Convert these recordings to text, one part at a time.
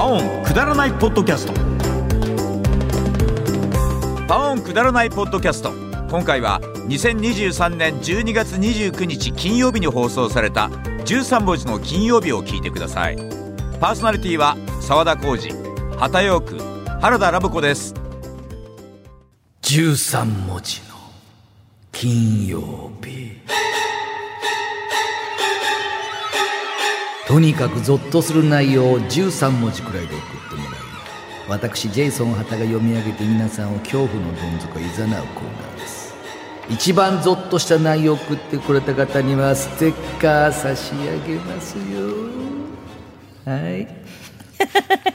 オンくだらないポッドキャストパオンくだらないポッドキャスト今回は2023年12月29日金曜日に放送された13文字の金曜日を聞いてくださいパーソナリティは澤田浩二畑陽区原田ラブ子です13文字の金曜日とにかくゾッとする内容を13文字くらいで送ってもらい私ジェイソン・ハタが読み上げて皆さんを恐怖のどん底へ誘うコーナーです一番ゾッとした内容を送ってくれた方にはステッカー差し上げますよはい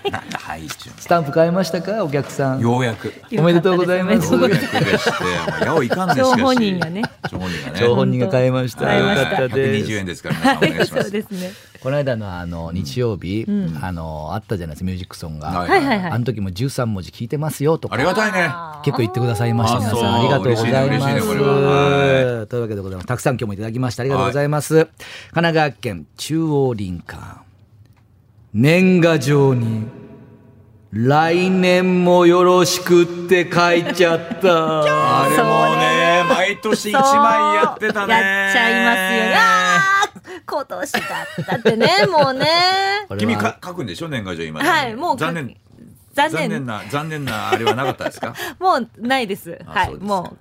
なんだはい一応スタンプ買いましたかお客さんようやくおめでとうございますようやく でしてやおいかんです 張本人がね情報人がね張本人が買いました買いましたよかったです120円ですから皆さんお願いしまそうすですね。この間のあの日曜日、あのあったじゃないですかミュージックソンが、はいはいはいはい。あの時も13文字聞いてますよとあかりがたいね結構言ってくださいましあた皆そうさんありがとうござい嬉しいまねす、これはというわけでございますたくさん今日もいただきましたありがとうございます、神奈川県中央林間年賀状に来年もよろしくって書いちゃった。あれもね毎年一枚やってたねやっちゃいますよね。あー今年だったっ てね、もうね。君か書くんでしょ年賀状今はい、もう残念残残念念な残念なあれはなかったですかもうないです。あはそうい、ですかも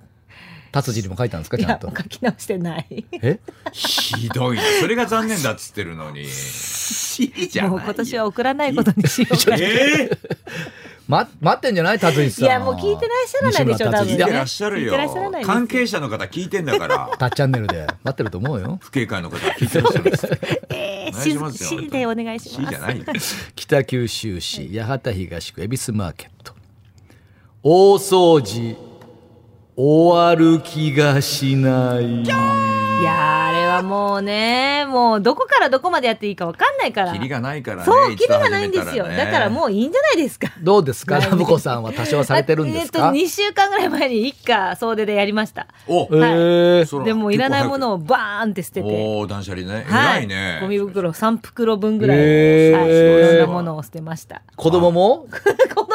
達字にも書いたんですかういちゃやんもとう。書き直してない。えひどいなそれが残念だっつってるのにいいじゃないもう今年は送らないことにしようかな。えーま、待ってんじゃない達人さん。いやもう聞いてらっしゃらないでし西ょ村達多分見人てねいやらっしゃる見よてらっしゃらないです関係者の方聞いてんだからタッチャンネルで待ってると思うよ。不警戒の方聞いてらっしゃるんですよえお願いしますよしでお願いし C まじすゃ。ないよ北九州市八幡東区恵比寿マーケット大掃除終わる気がしないいやーあれはもうね、もうどこからどこまでやっていいかわかんないから。キリがないからねそう、キ一リ度が始ないんめでたすよ。ねだからもういいんじゃないですか。どうですかラブコさんは多少はされてるんですあかえっと、2週間ぐらい前に一家総出でやりました。おえーそらでもういらないものをバーンって捨てて。おお断捨離ねは偉いねゴミ袋3袋分ぐらい、へーはい、いろんなものを捨てました。 子供も子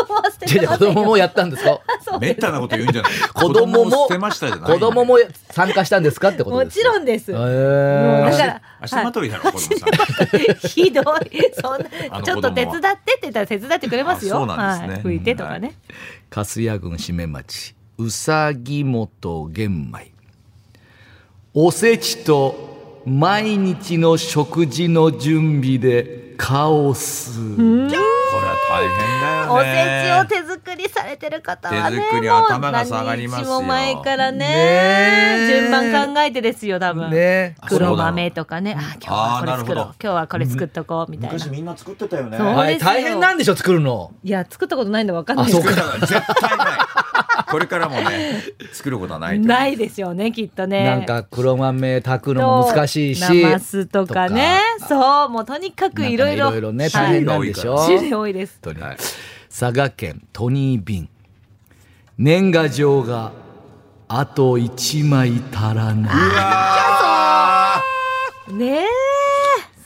供は捨てじてゃま子せんよ供もやったんで すかそうめでっすたなこと言うんじゃ ない子供もを捨てましたじゃない子供も参加したんですかってこともですちろんんです。えもうーだから足足まといだろ子供さん ひどい。そんあな、のちょっと手伝ってって言ったら手伝ってくれますよ。あそうなんですねはい、拭いてとかね。粕谷郡締め町うさぎ元玄米おせちと毎日の食事の準備でカオスこれはお大変だよねせちを手作りされてる方はね、手作りもう頭が下がりますよ何日も前からねねえ順番考えてですよ、多分。ね黒豆とかね、あ、今日はあーこれ作ろうなるほど、今日はこれ作っとこうみたいな。みんな作ってたよねそうはでい、すよ大変なんでしょ作るのいや、作ったことないんでわかんないです作らない絶対ないこれからもね作ることはないとないですよね、きっとね。なんか黒豆炊くのも難しいしとナマスとかね。そう、もうとにかくいろいなんかねいろ。ろいろねは大い変なんでしょ種類多いです。本当にはい佐賀県トニー・ビン年賀状があと1枚足らなうわねえ。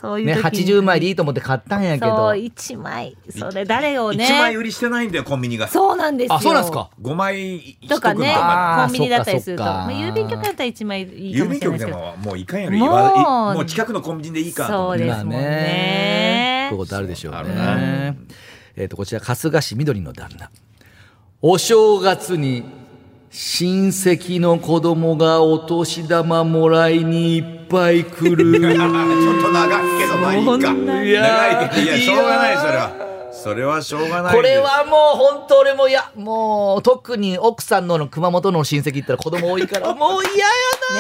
そうい、いうね、時に80枚でいいと思って買ったんやけそどう、一枚。それ誰をーね。一枚売りしてないんだよコンビニがそうなんですよ。あそうなんですか五枚一と組かね、とかあーコンビニだったりすると。そっかそっまかあ、郵便局だったら一枚いい郵かも便しれ局でないですけど。ももういかんやろ言わもいうもう近くのコンビニでいいかと思そうってですもんねこういうことあるでしょうね。そうあるえっ、と、こちら、春日市緑の旦那。お正月に親戚の子供がお年玉もらいにいっぱい来 る。あーちょっと長いけどまあいいかそんなに長いけどいやいやしょうがないそれはそれはしょうがないこれはもう本当俺もいや、もう特に奥さんの熊本の親戚行ったら子供多い から、もう嫌や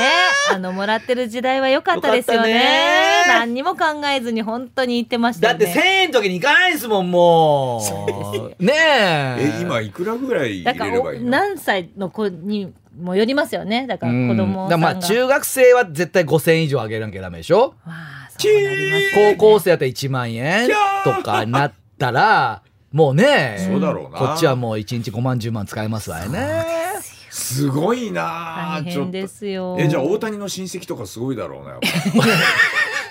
ね、あのもらってる時代は良かったですよね良かったね何にも考えずに本当に言ってましだたっよねて1000円の時に行かないですもん、もう。ねえ。え今いくらぐらいだ入かれられおばいいの何歳の子にもよりますよねだからうん子供さんが、だからまあ中学生は絶対5000円以上あげなきゃダメでしょまあそうなりますよ高ね校生やったら1万円とかなったら、もうね、そうだろうなこっちはもう1日5万10万使えますわよね。すごいなあ大変ですよちょっ とえじゃあ大谷の親戚とかすごいだろうなやっぱり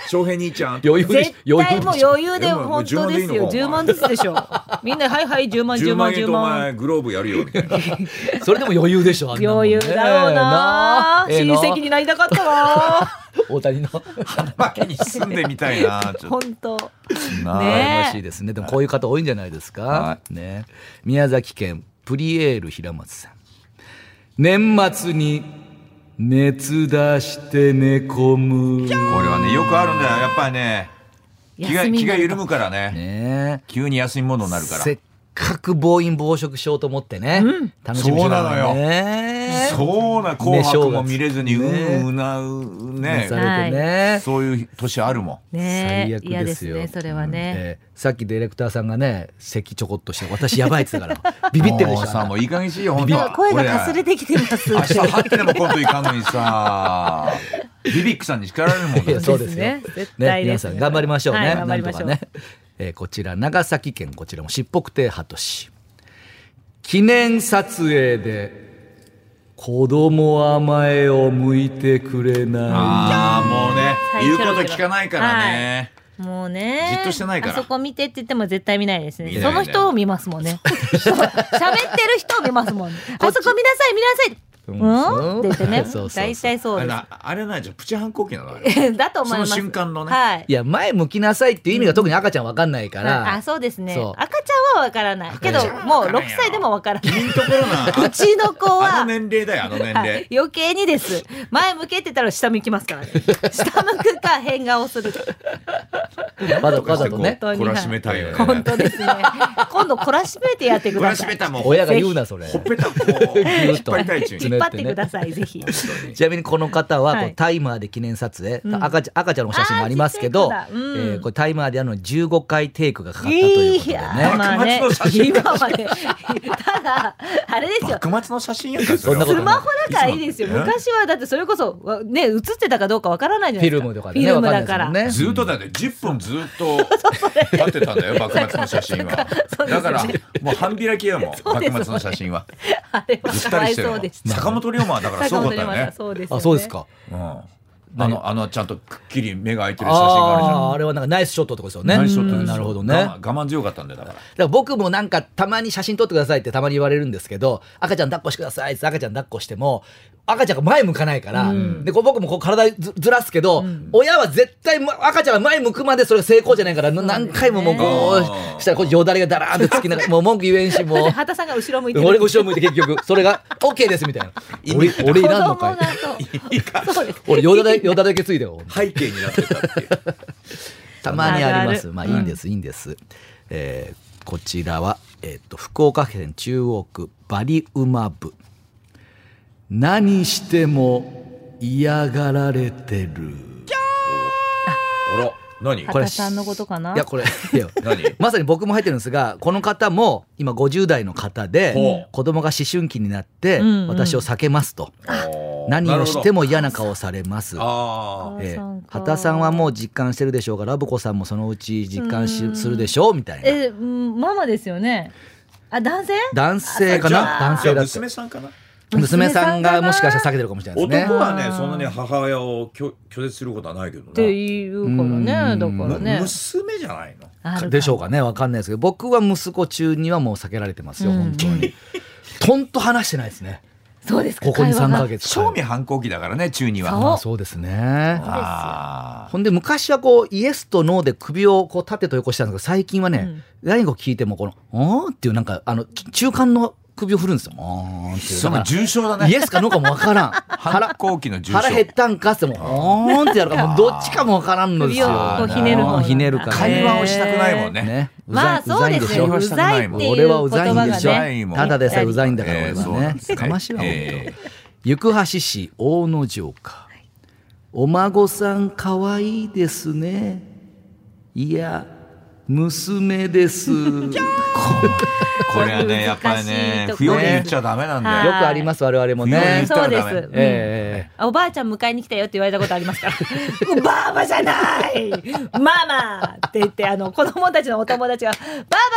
翔平兄ちゃん余裕で絶す対もう余裕いでやもう本当です10よ10万万でずつでしょみんなはいはい10万10 10万万円10とお万前グローブやるよみた いなそれでも余裕でしょあんなもん余ね裕だろうなええ親な戚になりたかったわ大谷のわけに住んでみたい なちょっ本当となねえらしいですねでもこういう方多いんじゃないですか、はね宮崎県プリエール平松さん年末に熱出して寝込むこれはねよくあるんだよやっぱりね気が休み気にながる緩むからねね急に休みモードになるからせっかく暴飲暴食しようと思ってね、楽しみにしそてたうなのよねそうな紅白も見れずにうんうなうねねされてね、そういう年あるもんね最え悪嫌でですすよねそれはねえーさっきディレクターさんがね咳ちょこっとして私やばいって言ってたからビビってるでしもうょさあんもたういい加減にしいよ本な当んか声がかすれてきてます明日張ってでもコントいかんのにさビビックさんに叱られるもんいやねそうですよですね絶対ですね皆さん頑張りましょうね、はい頑張りなんまとしかょうね、えーこちら長崎県こちらもしっぽくて鳩市記念撮影で子供は前を向いてくれないああもうねはい言うこと聞かないからねもうねじっとしてないからあそこ見てって言っても絶対見ないですね見ないねその人を見ますもんねそう喋ってる人を見ますもんねあそこ見なさい見なさいうんうんって言ってねそうそうそう大体そあうれでなあれなんじゃんプチ反抗期なのあれすだと思いますその瞬間のねはいいや前向きなさいっていう意味が特に赤ちゃんわかんないから、あそうですねそう赤ちゃんはわからないけど赤ちゃんはもうわからん6よ歳でもわからないところなうちの子はあの年齢だよあの年は齢い、余計にです前向けって言ったら下向きます からね下向くか変顔するかわざわざとねこ懲らしめたいよね本当ですね今度懲らしめてやってく懲だらしさめいたもん親が言うなそれほっぺたこう引っ張りたいちゅうつにね引っ張ってください、ぜひちなみにこの方はこはういタイマーで記念撮影、赤ちゃん赤ちゃんのお写真もありますけど、あーちっちゃい子だうんえーこれタイマーでやるのに15回テイクがかかったということでね。やまあね幕末の写真今までただあれですよ幕末の写真やんかそんなこれはとスマホだからいいですよいつも昔はだってそれこそわね映ってたかどうかわからないじゃフィないでルすかムとかでね、フィルわムかんないだですもんね。からずっとだって10分ずっと立ってたんだよ幕末の写真はそうですだからもう半開きやもんそう幕です末の写真はあれぐっはかたわりしいてるそもうんでした坂本龍馬はだからそうだったよねそうですよあ、ねそうですか。うんあのあのちゃんとくっきり目が開いてる写真があるじゃんああー、あれはなんかナイスショットってことですよね。ナイスショットですよなるほどね。だ我慢か我慢強かったんだよだからら僕もなんかたまに写真撮ってくださいってたまに言われるんですけど、赤ちゃん抱っこしてくださいって赤ちゃん抱っこしても、赤ちゃんが前向かないから、でこう僕もこう体ずずらすけど、親は絶対、ま赤ちゃんは前向くまでそれが成功じゃないから、な何回ももうこあーうしたらこうよだれがだらーってつきながら、もう文句言えんし、 もう。畑さんが後ろ向いて る俺後ろ向いて結局、それが OK ですみたいな。 俺、俺い子らん供のかがい。 そうそうです俺よだれ、よだれだけついてよ。背景になってたっていうたまにあります。あるあるまあいいんです、いいんです。えーこちらは、えっと、福岡県中央区バリウマ部。何しても嫌がられてる。あら 何これ畑さんのことかないや、これ、いや何まさに僕も入ってるんですが、この方も今50代の方でほ、子供が思春期になって、んうん私を避けますと。何をしても嫌な顔をされます。あええそうか畑さんはもう実感してるでしょうがラブ子さんもそのうち実感しするでしょうみたいなえうんママですよねあ男性男性あかなじゃ男性あだって娘さんかな娘さん娘さんかがなもしかしたら避けてるかもしれないです男ねはねそんなね母親を拒拒絶することはないけどっなていうからねだからむね娘じゃないのあるかでしょうかねわかんないですけど僕は息子中にはもう避けられてますようん本当にとんと話してないですねそうですかここに会話3がヶ月正味反抗期だからね中にはそうまあそうですねあほんで昔はこうイエスとノーで首をこう立てと横してたんですけど最近はね、何を聞いてもこの「おー」っていうなんかあの中間の首を振るんですよ「おー」ってーいうそだかのら重症だねイエスかノーかもわからん。 反腹、抗期の重症腹減ったんかっても、おーんってやるから、もうどっちかもわからんのですよ。首をこうひねる方なんだひねるから会話をしたくないもんねね。うざまいあそうですよううざざいいっってていう俺いう言はうざいん葉でがしょねただでさえうざいんだからえ俺ーそうはなんねですねかましはえ本ー当行橋市大野城かお孫さんかわいいですねいや娘 です これはねやっぱりね不要に言っちゃダメなんだはよいよくあります我々も不要に言ねっ。たそらうダでメす、うんえあおばあちゃん迎えに来たよって言われたことありますから うんばあばじゃないママって言ってあの子供たちのお友達がばあ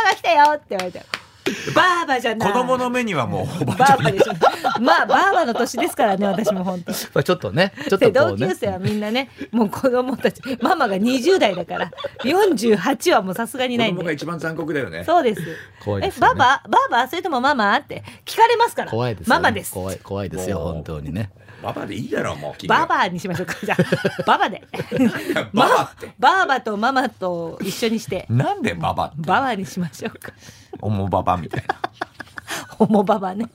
ばが来たよって言われてバーバじゃない子供の目にはもうおばバあーバでしょまあバーバの年ですからね私も本当まあちょっとね、ちょっでとこ同うね級。生はみんなねもう子供たちママが20代だから48はもうさすがに子ないん供がで一番残酷だよねそうです怖いですえよねババババそれともママって聞かれますから怖いですよねママです怖い、怖いですよ、もう本当にね。ババでいいだろもう君はババにしましょうかじ ゃあババで ババって バーバとママと一緒にしてなんでババババにしましょうか おもババみたいなホモババね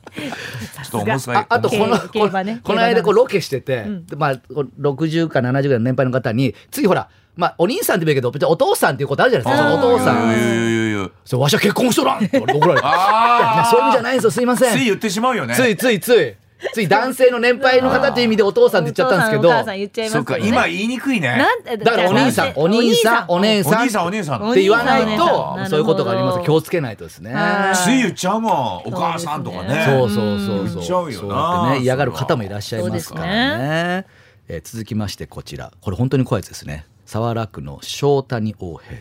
さちょっと重さいああとこの競競馬ねこのこの間こうロケしてて、うんでまあ、こう60か70ぐらいの年配の方に次ほら、まあ、お兄さんって言うけど別にお父さんっていうことあるじゃないですかあーそのお父さんゆうゆうゆうゆうそうわしは結婚しとらんって俺怒られたああそういう意味じゃないんですよすいませんつい言ってしまうよねついついついつい男性の年配の方という意味でお父さんって言っちゃったんですけどお父さんお母さん言っちゃいますそようねか今言いにくいねなんだだからお兄さんお兄さんお姉おさん兄さんっお姉さんおて言わないお兄さんお姉さとんそういうことがありますなるほど気をつけないとですねはいつい言っちゃうもんお母さんとかねそうそうそう言そっうちゃうよなそうやってね嫌がる方もいらっしゃいますからそうねえー続きましてこちらこれ本当に怖いやつですね沢良区の正谷王平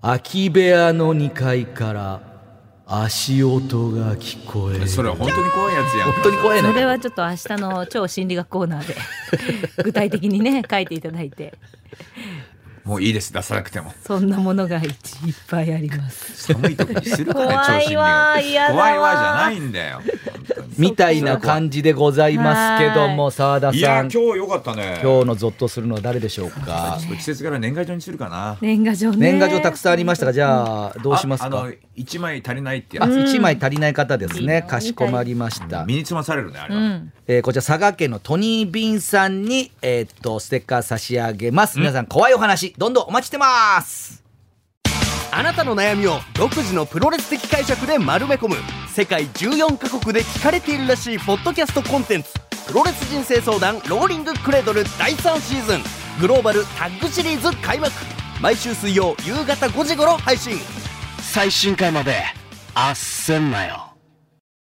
空き部屋の2階から足音が聞こえるそれは本当に怖いやつやん本当に怖いそれねはちょっと明日の超心理学コ ーナーで具体的にね書いていただいてもういいです出さなくてもそんなものがいっぱいあります。寒い時にするから怖い調子にわ嫌だわ怖いわじゃないんだよ本当にみたいな感じでございますけども澤田いやさ今ん日今良かったね日のゾッとするのは誰でしょうかちょっと季節から年賀状にするかな年賀状ね。年賀状たくさんありましたがじゃあどうしますああかの一枚足りないってやあつ1枚足りない方ですいいねのかしこまりました身につまされるねあれうは、ん。えーこちら佐賀県のトニー・ビンさんに、えーっとステッカー差し上げます皆さん怖いお話どんどんお待ちしてますあなたの悩みを独自のプロレス的解釈で丸め込む世界14カ国で聞かれているらしいポッドキャストコンテンツ「プロレス人生相談ローリングクレードル」第3シーズングローバルタッグシリーズ開幕毎週水曜夕方5時頃配信最新回まであっせんなよ